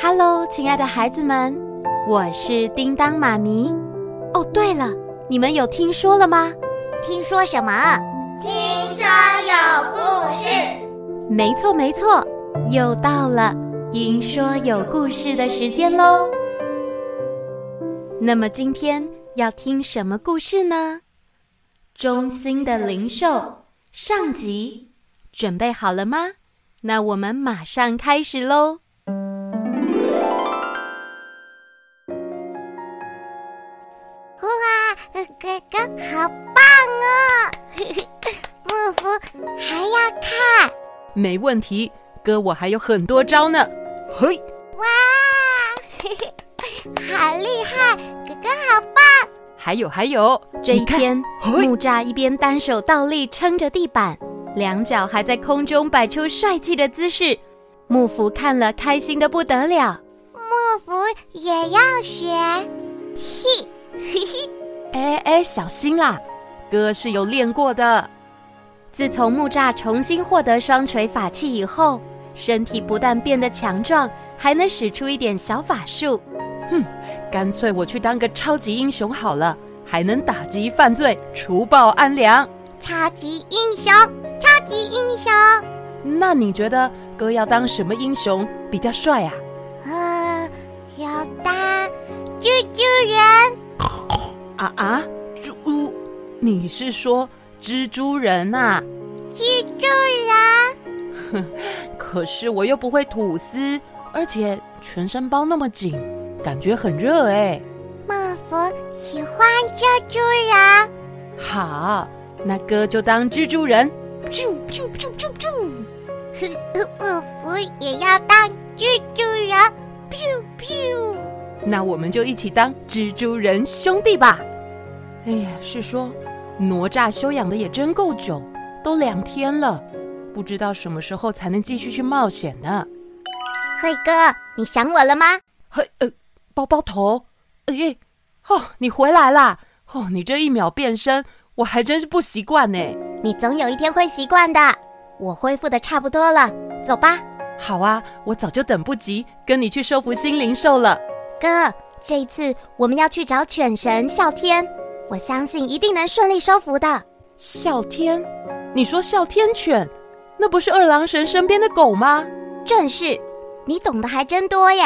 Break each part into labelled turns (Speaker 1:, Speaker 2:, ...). Speaker 1: Hello，亲爱的孩子们，我是叮当妈咪。哦，对了，你们有听说了吗？
Speaker 2: 听说什么？
Speaker 3: 听说有故事。
Speaker 1: 没错，没错，又到了听说有故事的时间喽。那么今天要听什么故事呢？中心的零售上集，准备好了吗？那我们马上开始喽。
Speaker 2: 哇，哥哥好棒哦！ 木符还要看
Speaker 4: 没问题，哥，我还有很多招呢。嘿，
Speaker 2: 哇，哦 好厉害！哥哥好棒！
Speaker 4: 还有还有，
Speaker 1: 这一
Speaker 4: 你看
Speaker 1: 天，
Speaker 4: 嘿
Speaker 1: 木栅一边单手倒立撑着地板，两脚还在空中摆出帅气的姿势。木福看了，开心的不得了。
Speaker 2: 木符也要学。嘿，嘿嘿，
Speaker 4: 哎哎，小心啦，哥是有练过的。
Speaker 1: 自从木栅重新获得双锤法器以后，身体不但变得强壮，还能使出一点小法术。
Speaker 4: 干脆我去当个超级英雄好了，还能打击犯罪，除暴安良。
Speaker 2: 超级英雄，超级英雄。
Speaker 4: 那你觉得哥要当什么英雄比较帅啊？
Speaker 2: 呃，要当蜘蛛人。
Speaker 4: 啊啊，猪，你是说蜘蛛人啊？
Speaker 2: 蜘蛛人，
Speaker 4: 可是我又不会吐丝，而且全身包那么紧，感觉很热哎、
Speaker 2: 木符喜欢蜘蛛人。
Speaker 4: 好，那哥就当蜘蛛人。
Speaker 2: 啾啾啾啾啾，木符也要当蜘蛛人。啾啾，
Speaker 4: 那我们就一起当蜘蛛人兄弟吧。哎呀，是说哪吒休养的也真够久，都两天了，不知道什么时候才能继续去冒险呢。
Speaker 2: 黑哥，你想我了吗？
Speaker 4: 嘿，呃，包包头，哎，哦，你回来啦！哦，你这一秒变身，我还真是不习惯呢。
Speaker 2: 你总有一天会习惯的。我恢复的差不多了，走吧。
Speaker 4: 好啊，我早就等不及跟你去收服新灵兽了。
Speaker 2: 哥，这一次我们要去找犬神啸天，我相信一定能顺利收服的。
Speaker 4: 哮天，你说哮天犬，那不是二郎神身边的狗吗？
Speaker 2: 正是，你懂得还真多耶。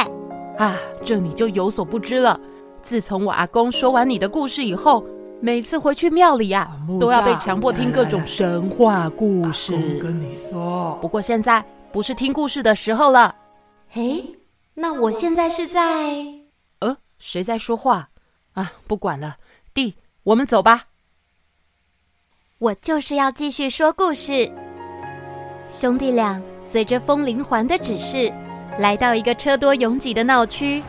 Speaker 4: 啊，这你就有所不知了。自从我阿公说完你的故事以后，每次回去庙里啊，都要被强迫听各种神话故事。
Speaker 5: 跟你说，
Speaker 4: 不过现在不是听故事的时候了。
Speaker 1: 诶，那我现在是在……
Speaker 4: 呃，谁在说话？啊，不管了，弟，我们走吧。
Speaker 1: 我就是要继续说故事。兄弟俩随着风铃环的指示，来到一个车多拥挤的闹区。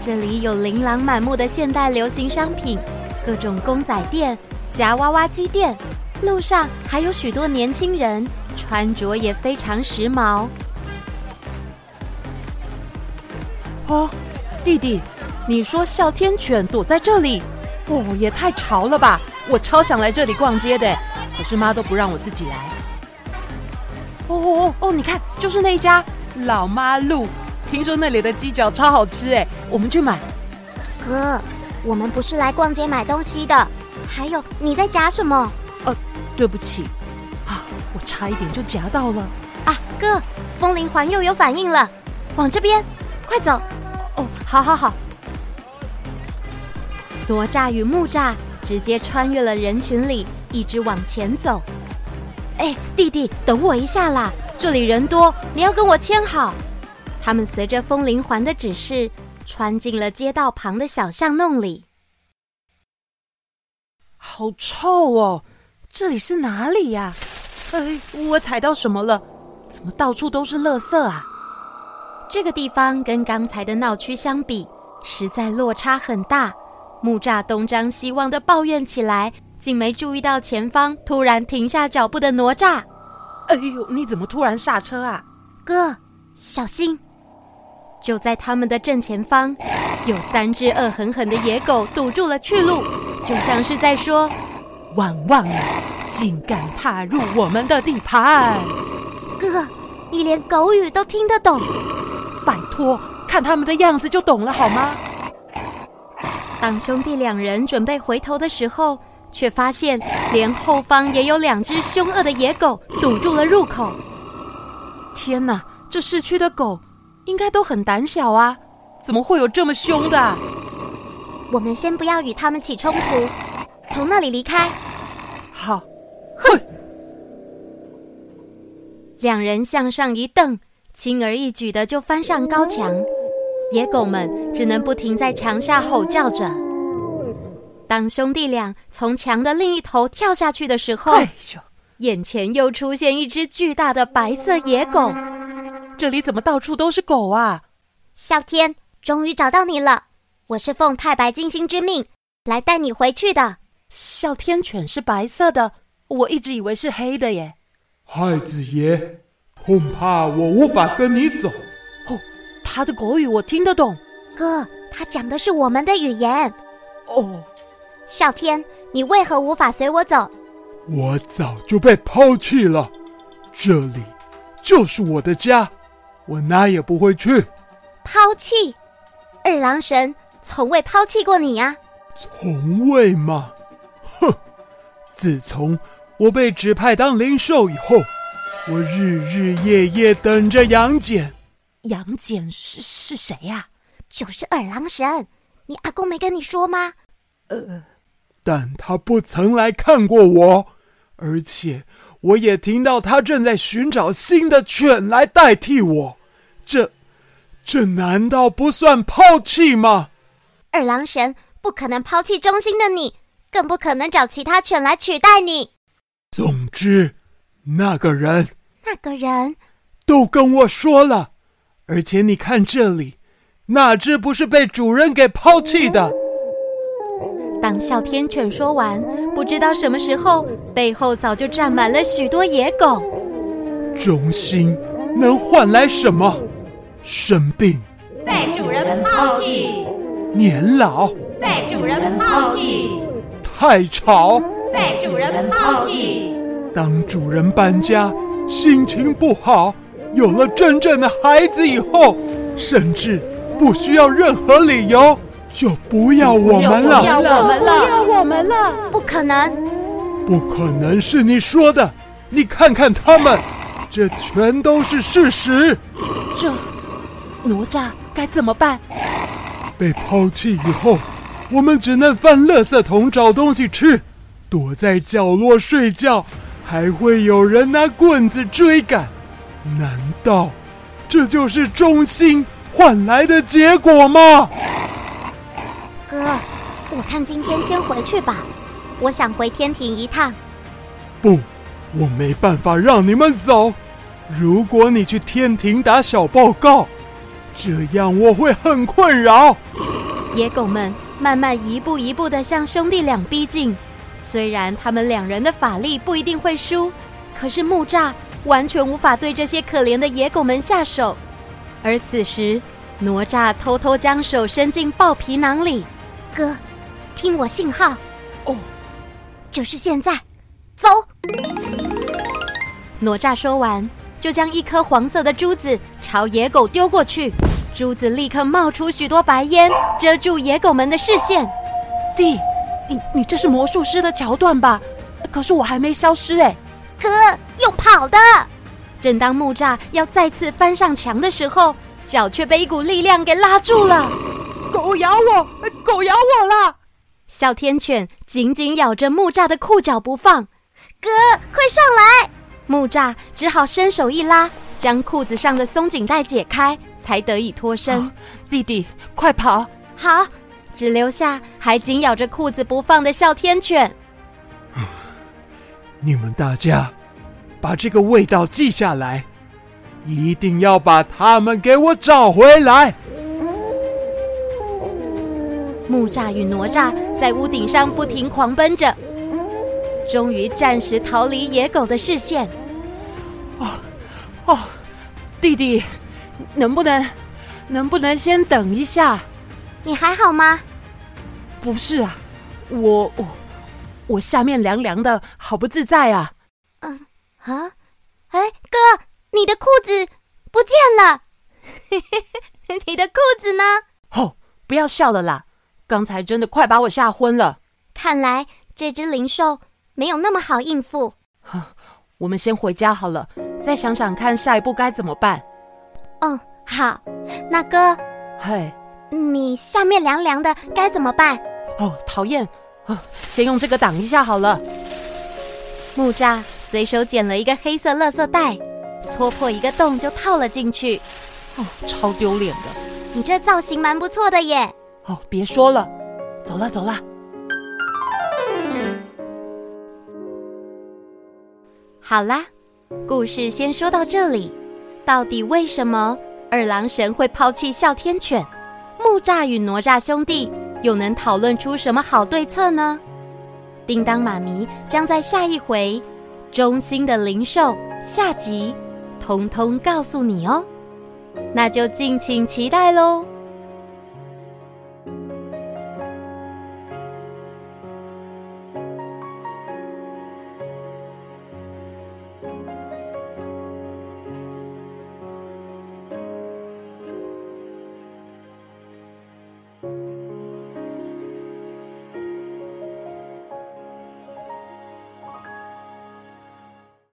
Speaker 1: 这里有琳琅满目的现代流行商品，各种公仔店、夹娃娃机店，路上还有许多年轻人，穿着也非常时髦。
Speaker 4: 哦，弟弟，你说哮天犬躲在这里，哦，也太潮了吧！我超想来这里逛街的，可是妈都不让我自己来。哦哦哦哦，你看，就是那一家老妈路，听说那里的鸡脚超好吃哎，我们去买。
Speaker 2: 哥，我们不是来逛街买东西的。还有，你在夹什么
Speaker 4: 哦对不起，啊，我差一点就夹到了。
Speaker 2: 啊？哥，风铃环又有反应了，往这边，快走！
Speaker 4: 哦，好好好，
Speaker 1: 哪吒与木吒直接穿越了人群里，一直往前走。哎，弟弟，等我一下啦！这里人多，你要跟我牵好。他们随着风铃环的指示，穿进了街道旁的小巷弄里。
Speaker 4: 好臭哦！这里是哪里呀、哎，我踩到什么了？怎么到处都是垃圾啊？
Speaker 1: 这个地方跟刚才的闹区相比，实在落差很大。木栅东张西望的抱怨起来，竟没注意到前方突然停下脚步的哪吒。
Speaker 4: 哎呦，你怎么突然刹车啊？
Speaker 2: 哥，小心！
Speaker 1: 就在他们的正前方，有三只恶狠狠的野狗堵住了去路，就像是在说
Speaker 4: 万万啊，竟敢踏入我们的地盘！
Speaker 2: 哥，你连狗语都听得懂。
Speaker 4: 托，看他们的样子就懂了好吗？
Speaker 1: 当兄弟两人准备回头的时候，却发现连后方也有两只凶恶的野狗堵住了入口。
Speaker 4: 天哪，这市区的狗应该都很胆小啊，怎么会有这么凶的啊？
Speaker 2: 我们先不要与他们起冲突，从那里离开。
Speaker 4: 好，哼，
Speaker 1: 两人向上一蹬，轻而易举的就翻上高墙。野狗们只能不停在墙下吼叫着。当兄弟俩从墙的另一头跳下去的时候，
Speaker 4: 哎呦，
Speaker 1: 眼前又出现一只巨大的白色野狗。
Speaker 4: 这里怎么到处都是狗啊？
Speaker 2: 小天，终于找到你了！我是奉太白金星之命来带你回去的。
Speaker 4: 哮天犬是白色的，我一直以为是黑的耶。
Speaker 5: 太子爷，恐怕我无法跟你走。
Speaker 4: 哦，他的狗语我听得懂。
Speaker 2: 哥，他讲的是我们的语言。
Speaker 4: 哦，
Speaker 2: 小天，你为何无法随我走？
Speaker 5: 我早就被抛弃了，这里就是我的家，我哪也不会去。
Speaker 2: 抛弃？二郎神从未抛弃过你啊呀、
Speaker 5: 从未吗？哼！自从我被指派当灵兽以后，我日日夜夜等着杨戬。
Speaker 4: 杨戬是是谁啊呀、
Speaker 2: 就是二郎神。你阿公没跟你说吗？
Speaker 5: 但他不曾来看过我，而且我也听到他正在寻找新的犬来代替我。这，这难道不算抛弃吗？
Speaker 2: 二郎神不可能抛弃忠心的你，更不可能找其他犬来取代你。
Speaker 5: 总之，那个人
Speaker 2: 那个人，
Speaker 5: 都跟我说了，而且你看这里，那只不是被主人给抛弃的。
Speaker 1: 当哮天犬说完，不知道什么时候，背后早就站满了许多野狗。
Speaker 5: 忠心能换来什么？生病、
Speaker 3: 被主人抛弃，
Speaker 5: 年老、
Speaker 3: 被主人抛弃，
Speaker 5: 太吵。
Speaker 3: 被主人抛弃。
Speaker 5: 当主人搬家，心情不好，有了真正的孩子以后，甚至不需要任何理由，就不要我们
Speaker 4: 不要
Speaker 5: 了。
Speaker 4: 我们了，不要我们了！
Speaker 2: 不可能！
Speaker 5: 不可能是你说的，你看看他们，这全都是事实。
Speaker 4: 这哪吒该怎么办？
Speaker 5: 被抛弃以后，我们只能翻垃圾桶找东西吃，躲在角落睡觉，还会有人拿棍子追赶。难道这就是忠心换来的结果吗？
Speaker 2: 哥，我看今天先回去吧，我想回天庭一趟。
Speaker 5: 不，我没办法让你们走。如果你去天庭打小报告，这样我会很困扰。
Speaker 1: 野狗们慢慢一步一步的向兄弟俩逼近。虽然他们两人的法力不一定会输，可是木栅完全无法对这些可怜的野狗们下手。而此时，哪吒偷偷将手伸进豹皮囊里，
Speaker 2: 哥，听我信号，
Speaker 4: 哦，
Speaker 2: 就是现在，走！
Speaker 1: 哪吒说完，就将一颗黄色的珠子朝野狗丢过去，珠子立刻冒出许多白烟，遮住野狗们的视线。
Speaker 4: 弟，你你这是魔术师的桥段吧？可是我还没消失哎。
Speaker 2: 哥，用跑的，
Speaker 1: 正当木栅要再次翻上墙的时候，脚却被一股力量给拉住了。
Speaker 4: 狗咬我，呃狗咬我了！
Speaker 1: 哮天犬紧紧咬着木栅的裤脚不放，
Speaker 2: 哥，快上来！
Speaker 1: 木栅只好伸手一拉，将裤子上的松紧带解开，才得以脱身，
Speaker 4: 弟弟，快跑！
Speaker 2: 好，
Speaker 1: 只留下还紧咬着裤子不放的哮天犬。
Speaker 5: 你们大家把这个味道记下来，一定要把他们给我找回来。
Speaker 1: 木栅与哪吒在屋顶上不停狂奔着，终于暂时逃离野狗的视线。
Speaker 4: 哦，弟弟，能不能能不能先等一下？
Speaker 2: 你还好吗？
Speaker 4: 不是啊，我我我下面凉凉的，好不自在啊！
Speaker 2: 啊，哎，哥，你的裤子不见了！ 你的裤子呢？
Speaker 4: 吼，不要笑了啦！刚才真的快把我吓昏了。
Speaker 2: 看来这只灵兽没有那么好应付。
Speaker 4: 我们先回家好了，再想想看下一步该怎么办。
Speaker 2: 嗯，好，那哥，
Speaker 4: 嘿，
Speaker 2: 你下面凉凉的，该怎么办？
Speaker 4: 哦，讨厌啊！先用这个挡一下好了。
Speaker 2: 木栅随手捡了一个黑色垃圾袋，戳破一个洞就套了进去。
Speaker 4: 哦，超丢脸的。
Speaker 2: 你这造型蛮不错的耶。
Speaker 4: 哦，别说了，走了走了。
Speaker 2: 好啦，故事先说到这里。到底为什么二郎神会抛弃哮天犬？木栅与哪吒兄弟又能讨论出什么好对策呢？叮当妈咪将在下一回《忠心的灵兽》下集，通通告诉你哦。那就敬请期待喽。